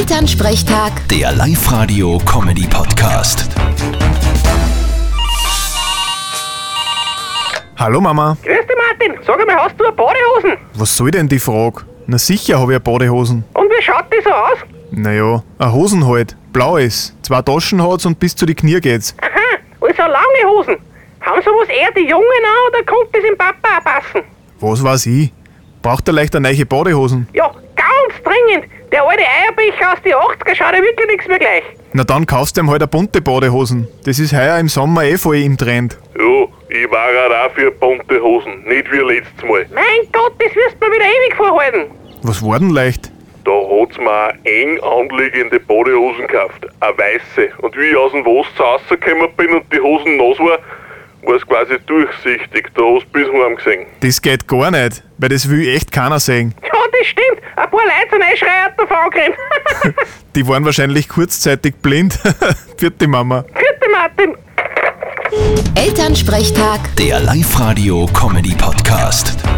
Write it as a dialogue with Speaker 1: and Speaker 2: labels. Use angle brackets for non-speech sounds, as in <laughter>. Speaker 1: Elternsprechtag,
Speaker 2: Der Live-Radio-Comedy-Podcast.
Speaker 3: Hallo Mama,
Speaker 4: Grüß dich, Martin. Sag einmal, hast du eine Badehosen?
Speaker 3: was soll denn die Frage? Na sicher habe ich eine Badehosen.
Speaker 4: Und wie schaut die so aus?
Speaker 3: Naja, eine Hosen halt, blau ist, zwei Taschen hat's und bis zu die Knie geht's.
Speaker 4: Aha, also lange Hosen. Haben sowas eher die Jungen an oder kommt das im Papa auch passen?
Speaker 3: Was weiß ich? Braucht er leicht eine neue Badehosen?
Speaker 4: Ja, ganz dringend. Der alte Eierbecher aus die 80er schaut ja wirklich nichts mehr gleich.
Speaker 3: Na dann kaufst du ihm halt eine bunte Badehosen. Das ist heuer im Sommer eh voll im Trend.
Speaker 5: Ja, ich war halt auch für bunte Hosen, nicht wie letztes Mal.
Speaker 4: Mein Gott, das wirst du mir wieder ewig vorhalten.
Speaker 3: Was war denn leicht?
Speaker 5: Da hat's mir eine eng anliegende Badehosen gekauft, eine weiße. Und wie ich aus dem Wasser rausgekommen bin und die Hosen nass war, war's quasi durchsichtig, da hast du bis heim gesehen.
Speaker 3: Das geht gar nicht, weil das will echt keiner sehen.
Speaker 4: Ja, das stimmt. Ein paar Leute sind eh einschreiert davon angerannt.
Speaker 3: Die waren wahrscheinlich kurzzeitig blind. <laughs> Vierte Mama.
Speaker 4: <laughs> Grüß dich, Martin.
Speaker 1: Elternsprechtag.
Speaker 2: Der Live-Radio-Comedy-Podcast.